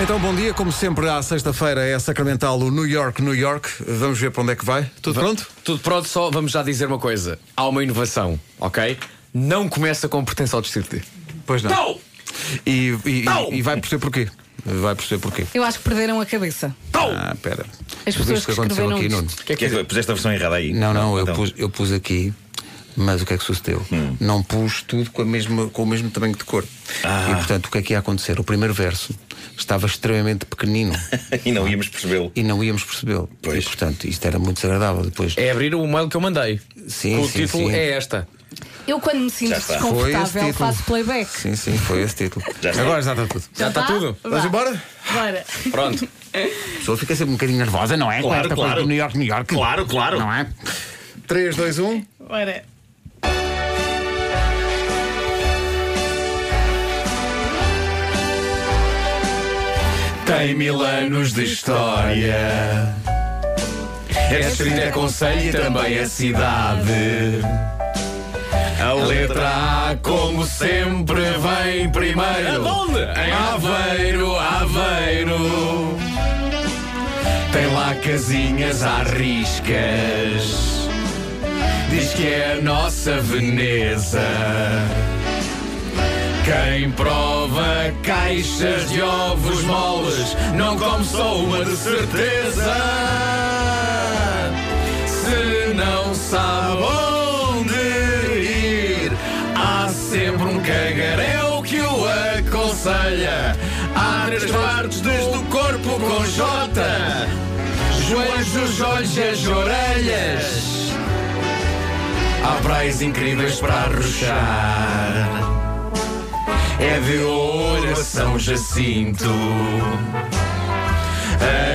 Então, bom dia. Como sempre, à sexta-feira é sacramental o New York, New York. Vamos ver para onde é que vai. Tudo pronto? Tudo pronto, só vamos já dizer uma coisa. Há uma inovação, ok? Não começa com pertença ao distrito. D. Pois Não! E, e- Não! e vai perceber porquê. Vai perceber porquê. Eu acho que perderam a cabeça. Não! Ah, pera. As Viste pessoas que escreveram isto. Nuno? Que é que Quer dizer, puseste a versão errada aí? Não, não, eu, Então, pus, eu pus aqui, mas o que é que sucedeu? Não pus tudo com, a mesma, com o mesmo tamanho de cor. E portanto, o que é que ia acontecer? O primeiro verso estava extremamente pequenino e não íamos percebê-lo. e não íamos percebê-lo. Pois. E portanto, isto era muito desagradável. Depois, É abrir o mail que eu mandei. Sim, o sim, título sim. é esta. Eu, quando me sinto Já está. Foi esse desconfortável, título. faço playback. Sim, sim, foi esse título. Já está. Agora já está tudo. Já está tá? tudo. Vá. Vamos embora? Bora. Pronto. A pessoa fica sempre um bocadinho nervosa, não é? Com Claro, esta claro. coisa do New York, New York. Claro, claro. Não é? 3, 2, 1. Bora. Tem mil anos de história. É distrito, é conselho e também é cidade. A Letra A, como sempre, vem primeiro. Aonde? Em Aveiro, Aveiro. Tem lá casinhas à riscas. Diz que é a nossa Veneza. Quem prova caixas de ovos moles não come só uma de certeza. Se não sabe onde ir, há sempre um cagarel que o aconselha. Há três partes desde o corpo com J, joelhos, os olhos e as orelhas. Há praias incríveis para arrochar. É de ouro a São Jacinto.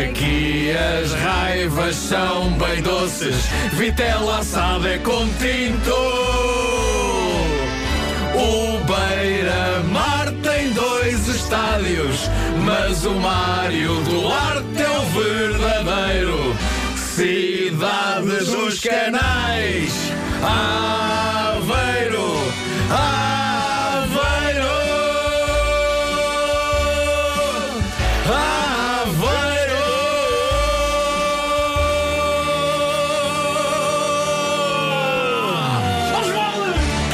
Aqui as raivas são bem doces. Vitela assada é com tinto. O Beira-Mar tem dois estádios, mas o Mário Duarte é o verdadeiro. Cidades dos Canais, Aveiro, Aveiro,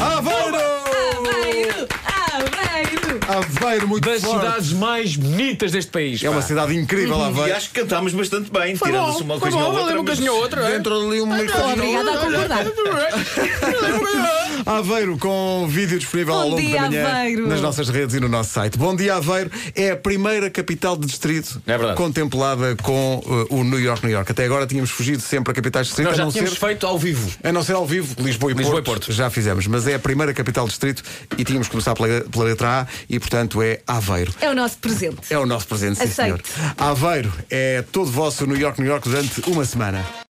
Aveiro. Aveiro! Aveiro! Aveiro! Aveiro, muito Das forte. cidades mais bonitas deste país. É uma cidade incrível, E Aveiro. acho que cantámos bastante bem, tirando-se uma coisa na outra. mas- outra. Dentro ali um Obrigada a concordar. Aveiro com vídeo disponível ao Bom longo dia, da manhã Aveiro. nas nossas redes e no nosso site. Bom dia, Aveiro é a primeira capital de distrito É verdade. contemplada com uh, o New York, New York. Até agora tínhamos fugido sempre a capitais de distrito, Nós a já não tínhamos ser feito ao vivo. A não ser ao vivo, Lisboa e, Lisboa e Porto, Porto. já fizemos, mas é a primeira capital de distrito e tínhamos que começar pela, pela letra A e, portanto, é Aveiro. É o nosso presente. É o nosso presente, sim, Aceito. senhor. Aveiro é todo vosso New York, New York durante uma semana.